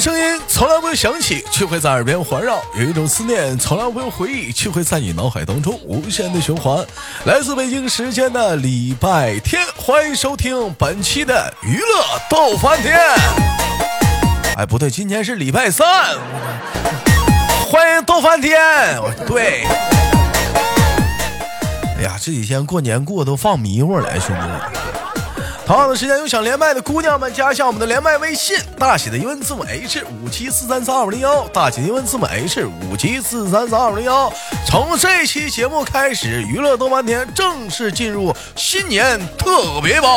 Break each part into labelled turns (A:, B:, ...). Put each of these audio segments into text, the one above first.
A: 声音从来不会响起，却会在耳边环绕；有一种思念从来不用回忆，却会在你脑海当中无限的循环。来自北京时间的礼拜天，欢迎收听本期的娱乐逗翻天。哎，不对，今天是礼拜三，欢迎逗翻天。我对，哎呀，这几天过年过都放迷糊了，兄弟们。同样的时间，有想连麦的姑娘们，加一下我们的连麦微信，大写的英文字母 H 五七四三三二五零幺，大写的英文字母 H 五七四三三二五零幺。从这期节目开始，娱乐多半天正式进入新年特别版。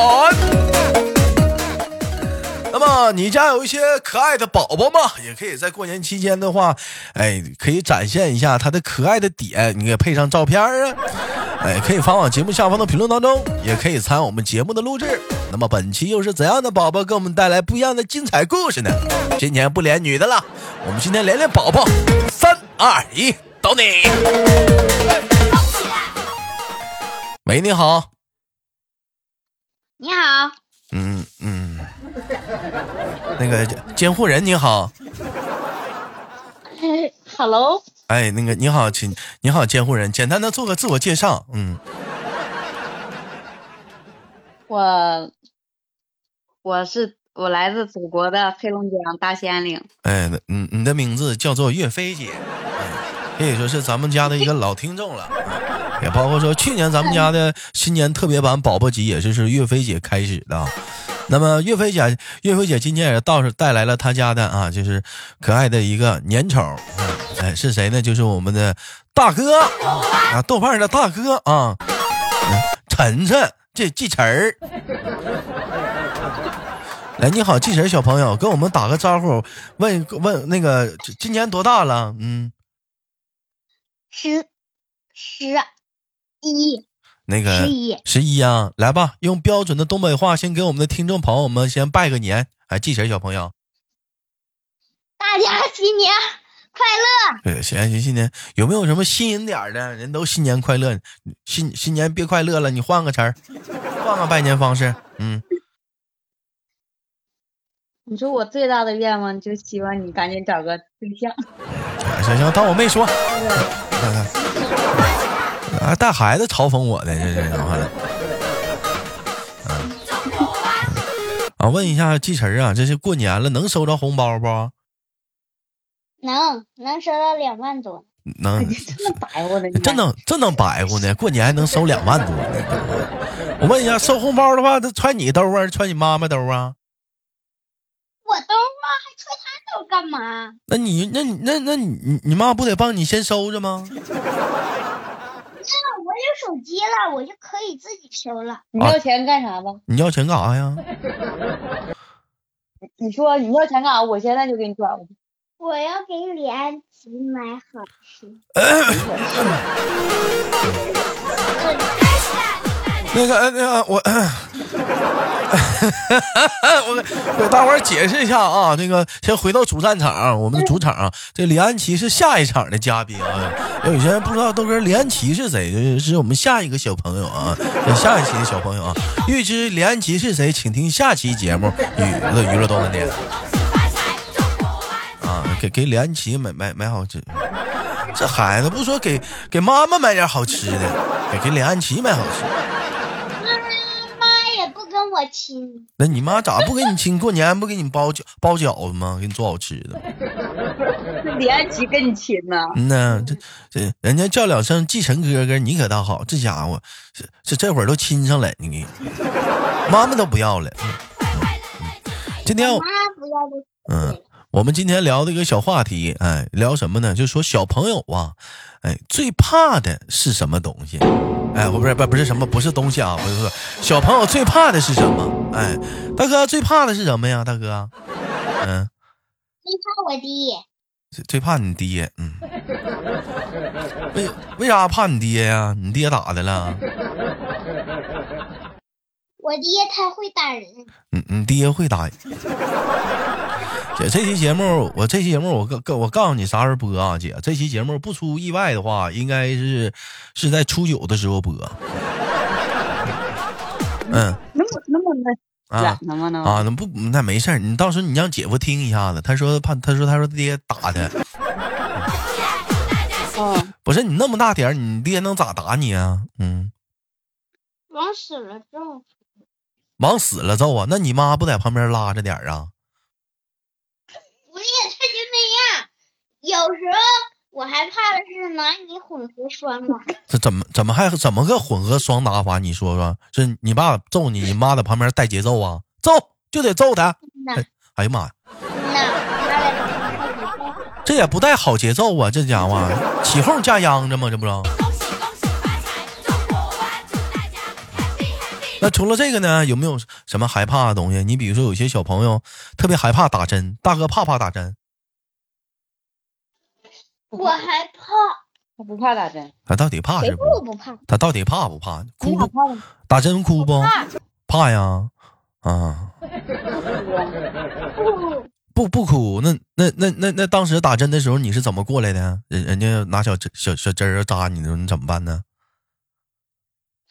A: 那么你家有一些可爱的宝宝吗？也可以在过年期间的话，哎，可以展现一下他的可爱的点，你给配上照片啊。哎，可以发往节目下方的评论当中，也可以参与我们节目的录制。那么本期又是怎样的宝宝给我们带来不一样的精彩故事呢？今天不连女的了，我们今天连连宝宝。三二一，走你！喂，你好。
B: 你好，
A: 嗯嗯，那个监护人你好，
B: 哎，Hello，
A: 哎，那个你好，请你好，监护人，简单的做个自我介绍，嗯，
B: 我我是我来自祖国的黑龙江大兴安岭，
A: 哎，那嗯，你的名字叫做岳飞姐，哎，可以说是咱们家的一个老听众了，嗯也包括说去年咱们家的新年特别版宝宝集也是是岳飞姐开始的啊。那么岳飞姐，岳飞姐今天也倒是带来了她家的啊，就是可爱的一个粘宠，嗯哎，是谁呢？就是我们的大哥啊，豆瓣儿的大哥啊，嗯晨晨，这季晨儿。来，哎你好，季晨小朋友，跟我们打个招呼，问问那个这今年多大了？嗯，
B: 十十一
A: 那个
B: 十一，
A: 十一啊，来吧，用标准的东北话先给我们的听众朋友们先拜个年。哎，季晨小朋友，
B: 大家新年快乐！
A: 对，哎行行，新年有没有什么新颖点儿的？人都新年快乐，新新年别快乐了，你换个词儿，换个拜年方式。嗯，
B: 你说我最大的愿望就希望你赶紧找个对象，
A: 哎行行，当我没说。看看，啊，带孩子嘲讽我的，这是怎么的？啊，问一下季晨啊，这是过年了，能收着红包不？
B: 能能收到两万多，
A: 能
B: 你这么白活的，
A: 这能这能白活呢？过年还能收两万多呢。我问一下，收红包的话，这揣你兜啊，揣你妈妈兜啊？
B: 我兜吗？还揣他兜干嘛？
A: 那你那你那那你你妈不得帮你先收着吗？
C: 我有手机了，我就可以自己收了。
B: 你要钱干啥吧？
A: 你要钱干啥呀？
B: 你说你要钱干啥？我现在就给你转过去。
C: 我要给李安琪买好吃。
A: 那个，呃那个，我，我给大伙儿解释一下啊，这个先回到主战场，我们的主场啊，这李安琪是下一场的嘉宾啊。有些人不知道豆哥李安琪是谁，就是是我们下一个小朋友啊，下一期的小朋友啊。预知李安琪是谁，请听下期节目《娱乐娱乐多半天》啊，给给李安琪买买买好吃。这孩子不说给给妈妈买点好吃的，给给李安琪买好吃。
C: 妈妈也不跟我亲，
A: 那你妈咋不给你亲？过年不给你包饺包饺子吗？给你做好吃的吗。
B: 李安琪跟你亲呢？
A: 嗯呐，这这人家叫两声继承哥哥，你可倒好，这家伙这这这会儿都亲上了，你妈妈都不要了。嗯嗯今天我
C: 妈不要的。
A: 嗯，我们今天聊的一个小话题，哎，聊什么呢？就说小朋友啊，哎，最怕的是什么东西？哎，我不是不不是什么不是东西啊，不是不是，小朋友最怕的是什么？哎，大哥最怕的是什么呀？大哥，嗯。
C: 你看我爹，
A: 最最怕你爹，嗯，为为啥怕你爹呀、你爹咋的了？
C: 我爹他会打人。
A: 你你嗯爹会打人。姐，这期节目我这期节目我告告我告诉你啥时候播啊，姐，这期节目不出意外的话，应该是是在初九的时候播。嗯，
B: 那么那么那
A: 啊
B: 能不能？
A: 啊，那不那没事儿，你到时候你让姐夫听一下子，他说怕，他说他说爹打他，
B: 嗯，
A: 不是你那么大点儿，你爹能咋打你啊？嗯，
C: 往死了揍。
A: 往死了揍啊！那你妈不在旁边拉着点儿啊？
C: 不是，他就那样。有时候我还怕的是拿你混合双打。
A: 这怎么怎么还怎么个混合双打法？你说说，是你爸揍你，你妈在旁边带节奏啊？揍就得揍他！
C: 那
A: 哎哎呀妈呀，
C: 那那那那
A: 这也不带好节奏啊！这家伙啊起哄架秧子嘛，这不是？那除了这个呢，有没有什么害怕的东西？你比如说，有些小朋友特别害怕打针，大哥怕不怕打针？
C: 我还怕，
B: 他不怕打针，
A: 他到底怕
C: 谁
A: 是
C: 说我
A: 不？
C: 哎不怕？
A: 他到底怕不怕？
B: 你
A: 哭
B: 俩
A: 不？
B: 怕吗？
A: 打针哭不？
C: 怕
A: 怕呀， 啊，不
C: 不，
A: 不哭。那那那那那当时打针的时候，你是怎么过来的？人人家拿小针小小针儿扎你，你怎么办呢？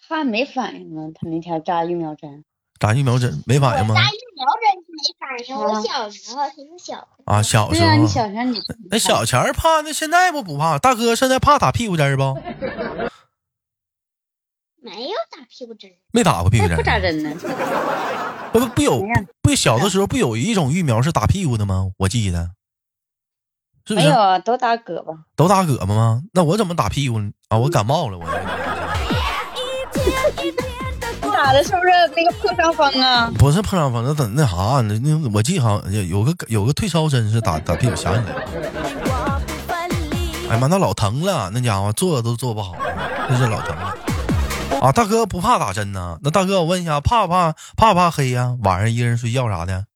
B: 他没反应啊，他那天扎疫苗针，
A: 打疫苗针没
C: 我
A: 反应吗？
C: 扎疫苗针是没反应。我
B: 啊
C: 小时候，他是小时候
A: 啊，小
B: 对
A: 时候
B: 呀、
A: 啊。
B: 你小时候你
A: 那小前儿怕，那现在不不怕？大哥现在怕打屁股针儿不？
C: 没有打屁股针。
A: 没打过屁股
B: 那
A: 针
B: 不扎
A: 儿。
B: 针呢？
A: 不不不有
B: 没呀
A: 不小的时候不有一种疫苗是打屁股的吗？我记得，是不
B: 没
A: 是
B: 有啊，都打胳膊。
A: 都打胳膊吗？那我怎么打屁股呢？啊？我感冒了，我
B: 你打的是不是那个破伤风啊？
A: 不是破伤风，那怎那啥？那那我记好像有有个有个退烧针是打打屁股，想起来了。哎呀妈，那老疼了，那家伙坐都坐不好，那是老疼了。啊，大哥不怕打针呐？那大哥，我问一下，怕不怕怕不怕黑呀、晚上一个人睡觉啥的？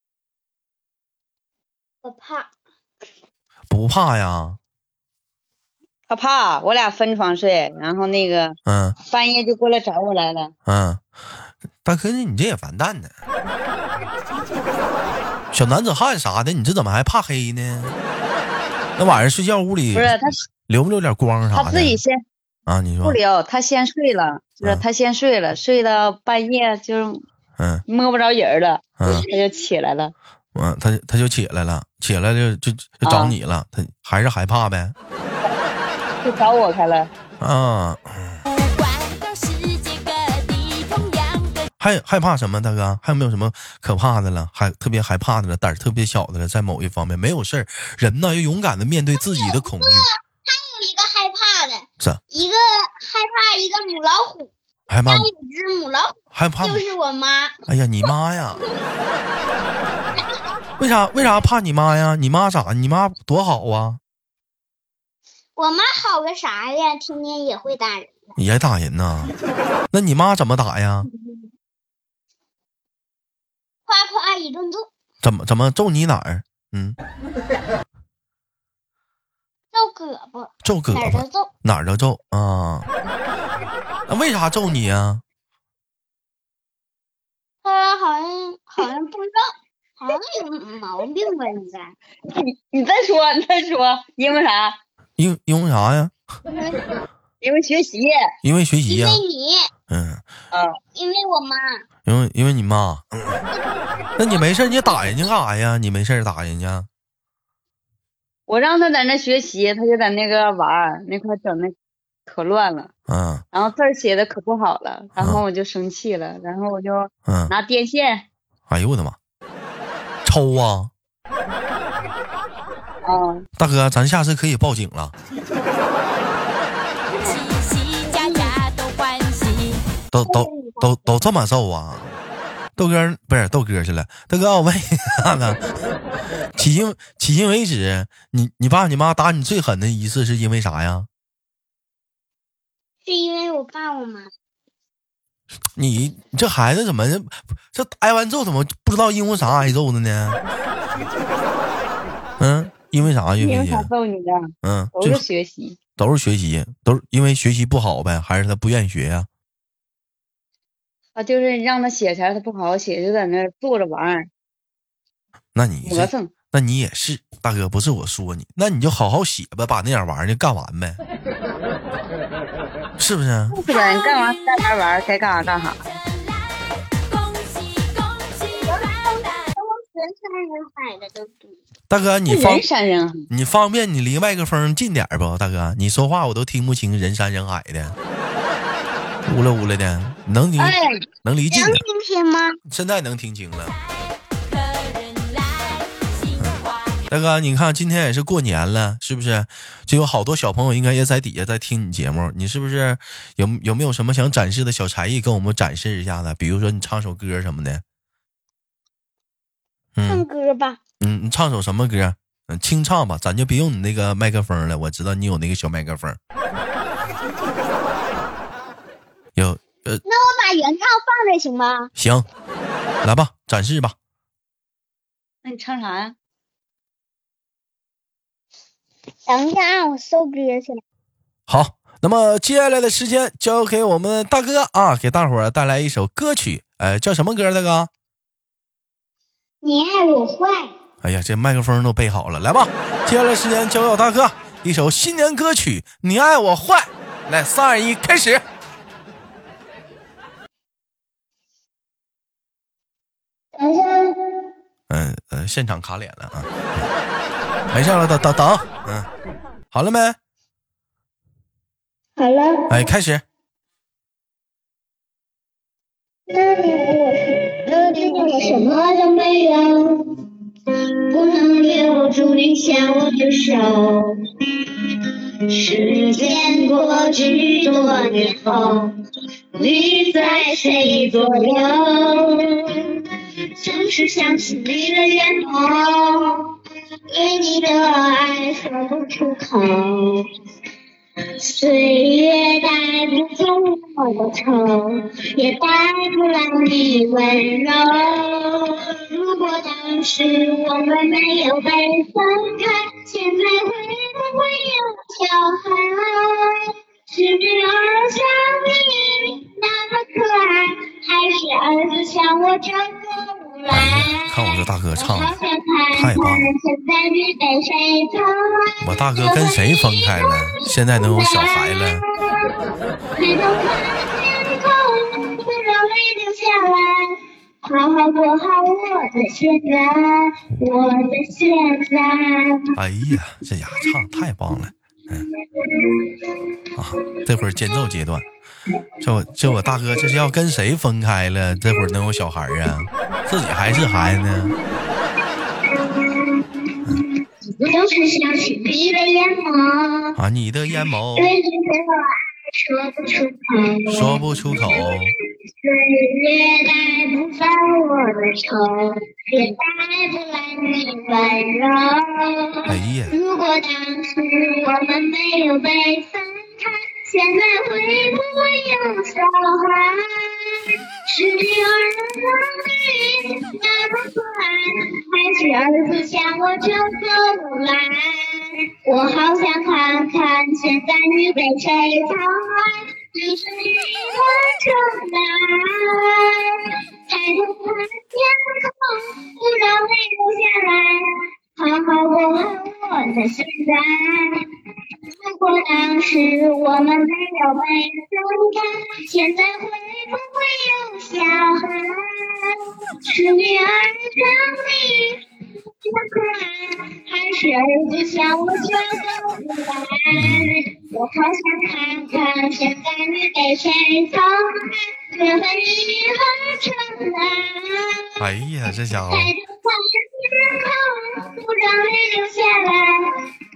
C: 我怕，
A: 不怕呀，
B: 他怕，我俩分床睡，然后那个
A: 嗯
B: 半夜就过来找我来了。
A: 嗯，大哥，你这也完蛋呢。小男子汉啥的，你这怎么还怕黑呢？那晚上睡觉屋里
B: 不是他，
A: 留不留点光嗯啥的？
B: 他自己先
A: 啊，你
B: 不
A: 说，
B: 聊，他先睡了，就是
A: 嗯
B: 他先睡了，睡到半夜就是
A: 嗯
B: 摸不着人儿了，
A: 嗯
B: 他就起来了。
A: 嗯，他他就起来了，起来就就就找
B: 啊
A: 你了，他还是害怕呗？
B: 就找我开了，
A: 啊，害害怕什么？大哥，还有没有什么可怕的了？还特别害怕的了，胆儿特别小的了，在某一方面没有事儿，人呢要勇敢的面对自己的恐惧。
C: 还有一个害怕的，
A: 是
C: 一个害怕一个母老虎，
A: 害怕
C: 还有只母老虎
A: 害怕？
C: 就是我妈，
A: 哎呀，你妈呀！为啥为啥怕你妈呀？你妈咋？你妈多好啊！
C: 我妈好个啥呀？天天也会打人，
A: 也打人呐？那你妈怎么打呀？
C: 夸夸一顿揍，
A: 怎么怎么揍你哪儿？嗯，
C: 揍胳膊，
A: 揍胳
C: 哪儿
A: 膊
C: 都揍，
A: 哪儿都揍啊？那为啥揍你啊？
C: 她好像好像不知道，好像有毛病吧 应该。
B: 你再说，你再说，因为啥？
A: 因因为啥呀？
B: 因为学习。
A: 因为学习
C: 因
A: 呀、
C: 为你，
A: 嗯，
B: 啊，
C: 因为我妈，
A: 因为因为你妈。嗯那你没事儿你打人家干啥呀？你没事儿打人家？
B: 我让他在那学习，他就在那个玩儿那块儿整的可乱了，
A: 嗯
B: 然后字儿写的可不好了，然后我就生气了，然后我就
A: 嗯。
B: 拿电线
A: 哎呦我的妈！抽啊！
B: 啊，
A: 大哥，咱下次可以报警了。都都都都这么揍啊？豆哥不是豆哥去了，豆哥我问你看看，迄今迄今为止，你你爸你妈打你最狠的一次是因为啥呀？
C: 是因为我爸我妈，
A: 你你这孩子怎么这挨完揍怎么不知道因为啥挨揍的呢？ 嗯，因为啥？因
B: 因
A: 为
B: 为
A: 啥
B: 啥？揍你的？
A: 嗯，
B: 都
A: 最
B: 是
A: 后
B: 啊学习，
A: 都是学习，都是因为学习不好呗，还是他不愿意学呀、
B: 啊，就是让他写前儿他不好好写，就在那儿坐着玩儿
A: 那你
B: 磨
A: 这，
B: 蹭。
A: 那你也是大哥，不是我说你，那你就好好写吧，把那点玩意儿就干完呗， 是不啊是？
B: 是呗，你干嘛干啥玩儿，该干啥干啥。
D: 恭喜恭喜！
C: 山人海的都堵。
A: 大哥，你放
B: 人山人海，
A: 你方便你离麦克风近点儿不，大哥？你说话我都听不清，人山人海的，乌了乌了的，能离
C: 哎，
A: 能离近
C: 能
A: 点儿，
C: 听清吗？
A: 现在能听清了。大哥，你看今天也是过年了，是不是？就有好多小朋友应该也在底下在听你节目，你是不是有有没有什么想展示的小才艺跟我们展示一下子？比如说你唱首歌什么的。嗯
C: 唱歌吧，
A: 嗯，你唱首什么歌？嗯，清唱吧，咱就别用你那个麦克风了，我知道你有那个小麦克风。有呃，
C: 那我把原唱放着行吗？
A: 行，来吧，展示吧。
B: 那你唱啥呀？
C: 等一下，啊，我搜歌去了。
A: 好，那么接下来的时间交给我们大哥啊，给大伙儿带来一首歌曲，呃，叫什么歌？大哥？
C: 你爱我坏，
A: 哎呀，这麦克风都备好了，来吧，接下来时间交给我大哥一首新年歌曲《你爱我坏》，来，三二一，开始。
C: 等一下，
A: 嗯呃，现场卡脸了啊，没事了，等等等，嗯，好了没？
C: 好了，
A: 哎，开始。
C: 那年我是，那年我什么都没有，不能留住你牵我的手。时间过去多年后，你在谁左右？总是想起你的脸庞，对你的爱说不出口。岁月带不走我的愁，也带不来你温柔。如果当时我们没有被分开，现在会不会有小孩？是儿子像你那么可爱，还是儿子像我这个无赖？
A: 哎看我这大哥唱的
C: 我好想看
A: 太棒了
C: 看现在你被谁疼爱
A: 我大哥跟谁分开了？现在能有小孩了？
C: 回头看天空，不让泪流下来。好好过好我的现在，我的现在。
A: 哎呀，这家伙唱得太棒了，嗯，啊，这会儿间奏阶段，这我这我大哥这是要跟谁分开了？这会儿能有小孩啊？自己还是孩子呢？
C: 总是想起你的眼眸，
A: 啊，你的眼眸
C: 对你的爱说不出口。
A: 说不出口，
C: 岁月带不走我的愁，也带不来你温柔。
A: 哎呀，
C: 如果当时我们没有被分开，现在会不会有小孩？是儿子你那么可爱，还是儿子像我这个无赖？我好想看看现在你被谁疼爱，你是你的真爱。抬头看天空，不让泪流下来。好好过好我的现在。如果当时我们没有被分开，现在会不会有小孩？是女儿像你那么可爱，还是儿子像我这个无赖？我好想看看现在你给谁疼爱，这份遗憾重来。
A: 哎呀，这家伙
C: 抬头看着天空，不让泪流下来，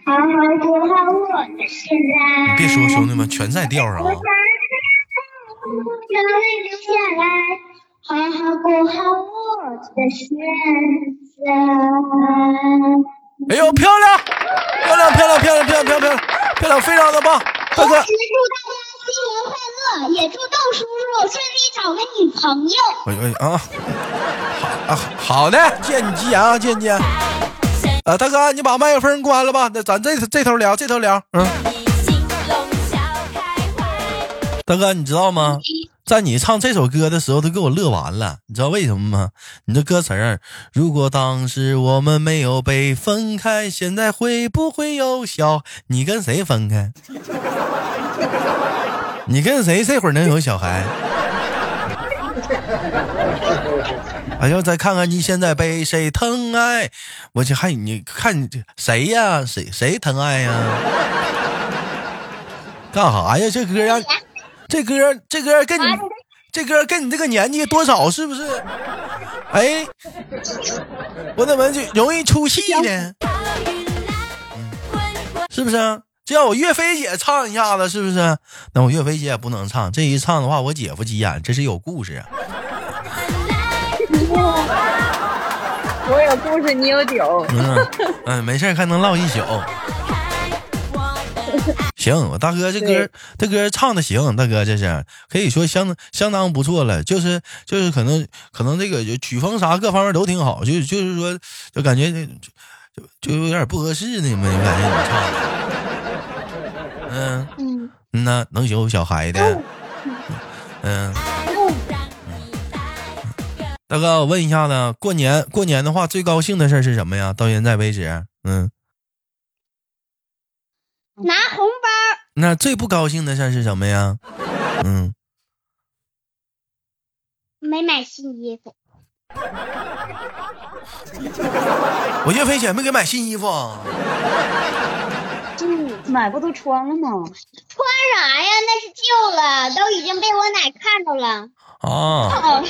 C: 好好过好我的现在。
A: 别说兄弟们全在调上
C: 我
A: 啊
C: 抬头看着天！空，不让泪流下来，好好过好我的现在。
A: 哎呦，漂亮，漂亮，漂亮，漂亮，漂亮，漂亮，漂亮，漂亮，非常的棒，大哥
C: 同。时祝大家新年快乐，也祝豆叔叔顺利找个女朋友。
A: 哎哎啊，好啊，好的，借你吉言啊，借你吉言。啊，大哥，你把麦克风关了吧，那咱这这头聊，这头聊。嗯，大哥，你知道吗？在你唱这首歌的时候，都给我乐完了，你知道为什么吗？你这歌词儿，如果当时我们没有被分开，现在会不会有小？你跟谁分开？ 你跟谁这会儿能有小孩？还要哎再看看你现在被谁疼爱，我去，还你看谁呀？谁谁疼爱呀？ 干啥呀？这歌让这歌这歌跟你这歌跟你这个年纪多少是不是？哎，我怎么就容易出戏呢？是不是啊？这要我岳飞姐唱一下子，是不是？那我岳飞姐也不能唱，这一唱的话，我姐夫急眼，这是有故事啊。
D: 我有故事，你有酒。
A: 嗯嗯，没事儿，还能唠一宿。行，我大哥这歌
D: 对
A: 这歌唱的行，大哥这是可以说相相当不错了，就是就是可能可能这个就曲风啥各方面都挺好，就就是说就感觉就就就有点不合适呢，没感觉你唱的，嗯
B: 嗯，
A: 嗯呐，能有小孩的，嗯。大哥，我问一下呢，过年过年的话，最高兴的事儿是什么呀？到现在为止，嗯，
C: 拿红包，
A: 那最不高兴的事儿是什么呀？嗯，
C: 没买新衣服，
A: 我岳飞姐没给买新衣服，
B: 嗯买不都穿了吗？
C: 穿啥呀？那是旧了，都已经被我奶看着了。
A: 啊
C: 哦，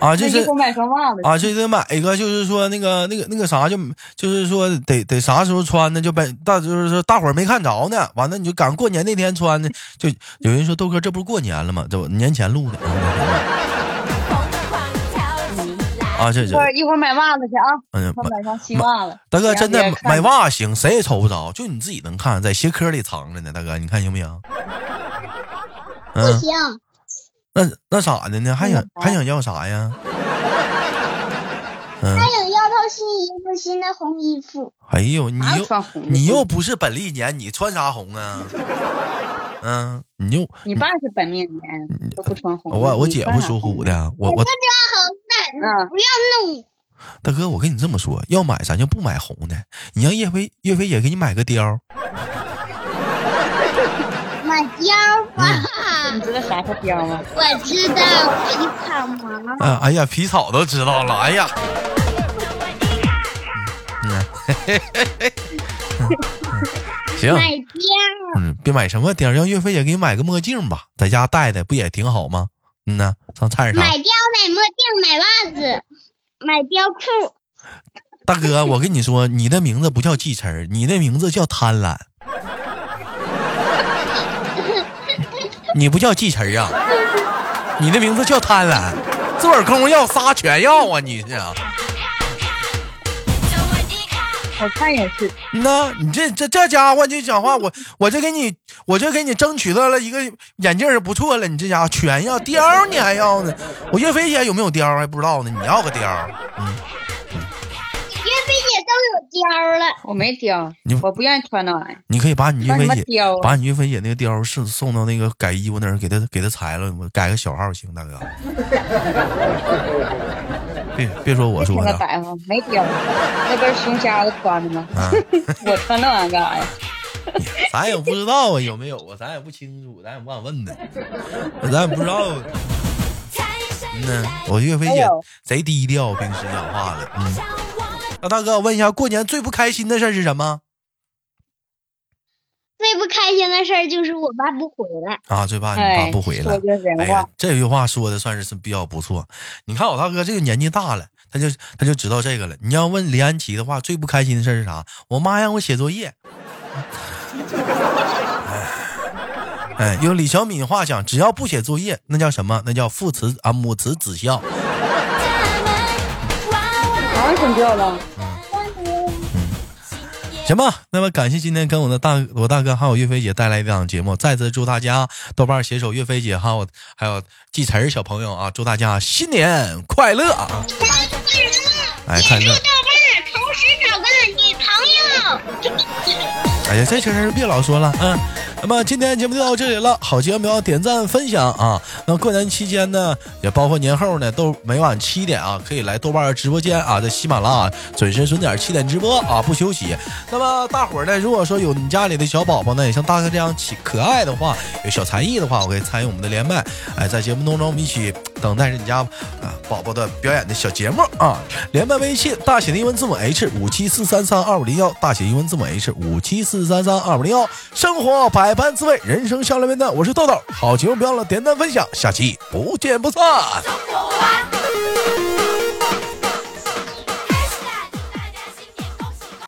A: 啊，就
D: 那
A: 是
D: 你给我买双袜子。
A: 啊，就得买一个，就是说那个那个那个啥，就就是说得得啥时候穿呢？就被大就是说大伙儿没看着呢，完了你就赶过年那天穿呢，就有人说豆哥这不是过年了吗？这不年前录的啊，这
D: 一
A: 这
D: 会儿一会儿买袜子去啊，
A: 嗯
D: 一，会儿买双新袜子。
A: 大哥，真的
D: 让别人看
A: 买袜行，谁也瞅不着，就你自己能看，在鞋壳里藏着呢。大哥，你看行不行？
C: 不
A: 嗯，
C: 行，
A: 那那咋的呢？还想
D: 嗯
A: 还想要啥呀？嗯，
C: 还有要套新衣服，新的红衣服。
A: 哎呦，你
D: 哪有
A: 又
D: 穿红的
A: 你又不是本历年，你穿啥红啊？ 嗯，你又
D: 你爸是本命年，都不穿红的。
A: 嗯我我
D: 你
A: 姐
D: 穿
A: 夫
D: 啥
A: 属
D: 红
A: 虎。的，啊我我
C: 穿红的，
D: 嗯
C: 不要弄。
A: 大哥，我跟你这么说，要买咱就不买红的，你让岳飞岳飞姐给你买个貂儿，
C: 买貂
A: 嗯
C: 吧，
D: 你知道啥是貂啊吗？
C: 我知道，皮草毛。
A: 啊，哎呀，皮草都知道了，哎呀。 嗯，嘿嘿嘿嘿嗯行，
C: 买貂，
A: 嗯，别买什么貂儿，让岳飞姐给你买个墨镜吧，在家戴的不也挺好吗？嗯呐，上菜市场。
C: 买貂，买墨镜，买袜子，买貂裤。
A: 大哥，我跟你说，你的名字不叫记词儿，你的名字叫贪婪。你不叫记词儿啊，你的名字叫贪婪，自个儿功夫要仨全要啊！你是啊，
D: 我看也是，
A: 嗯呐，你这这这家伙就讲话，我我这给你，我这给你争取到了一个眼镜儿，不错了，你这家伙全要貂儿你还要呢？我岳飞姐有没有貂儿啊还不知道呢，你要个貂儿，嗯。
C: 岳飞姐都有貂了，
D: 我没貂
A: 你，
D: 我不愿意穿那玩意儿。
A: 你可以把你岳飞
D: 把
A: 姐
D: 你妈貂啊
A: 把你岳飞姐那个貂是送到那个改衣服那儿，给他给他裁了，我改个小号行，大哥。 别别说我说
D: 听
A: 的
D: 他白话，没貂，那不是熊瞎子穿的吗？
A: 啊，
D: 我穿那玩意儿干啥呀？
A: 咱也不知道啊，有没有啊？咱也不清楚，咱也不敢问呢，咱也不知道。嗯呢，我岳飞
D: 哎
A: 姐
D: 呦
A: 贼低调，平时讲话的。嗯，那、大哥，我问一下，过年最不开心的事儿是什么？
C: 最不开心的事儿就是我爸不回来。
A: 啊，最怕你爸
D: 哎，
A: 不回来
D: 说。句人
A: 哎
D: 话
A: 呀，，这句话说的算是是比较不错。你看我大哥这个年纪大了，他就他就知道这个了。你要问李安琪的话，最不开心的事儿是啥？我妈让我写作业。哎，用李小敏话讲，只要不写作业，那叫什么？那叫父慈啊，母慈子孝。
D: 好像挺貂了。
A: 行吧，那么感谢今天跟我的大我大哥还有岳飞姐带来一档节目，再次祝大家豆瓣携手岳飞姐还有还有记词儿小朋友啊，祝大家新年快乐啊！哎，快乐。
C: 到这儿，同时找个女朋友。
A: 哎呀，这事儿别老说了，嗯。那么今天节目就到这里了，好节目要点赞分享啊！那过年期间呢，也包括年后呢，都每晚七点啊，可以来豆瓣儿直播间啊，在喜马拉雅准时准点七点直播啊，不休息。那么大伙儿呢，如果说有你家里的小宝宝呢，也像大哥这样起可爱的话，有小才艺的话，我可以参与我们的连麦，哎，在节目当中我们一起等待着你家啊宝宝的表演的小节目啊！连麦微信大写的英文字母 H 五七四三三二五零幺，大写英文字母 H 五七四三三二五零幺。生活百般滋味，人生笑来面对。我是豆豆，好节目不要了，点赞分享，下期不见不散。
E: 中国娃。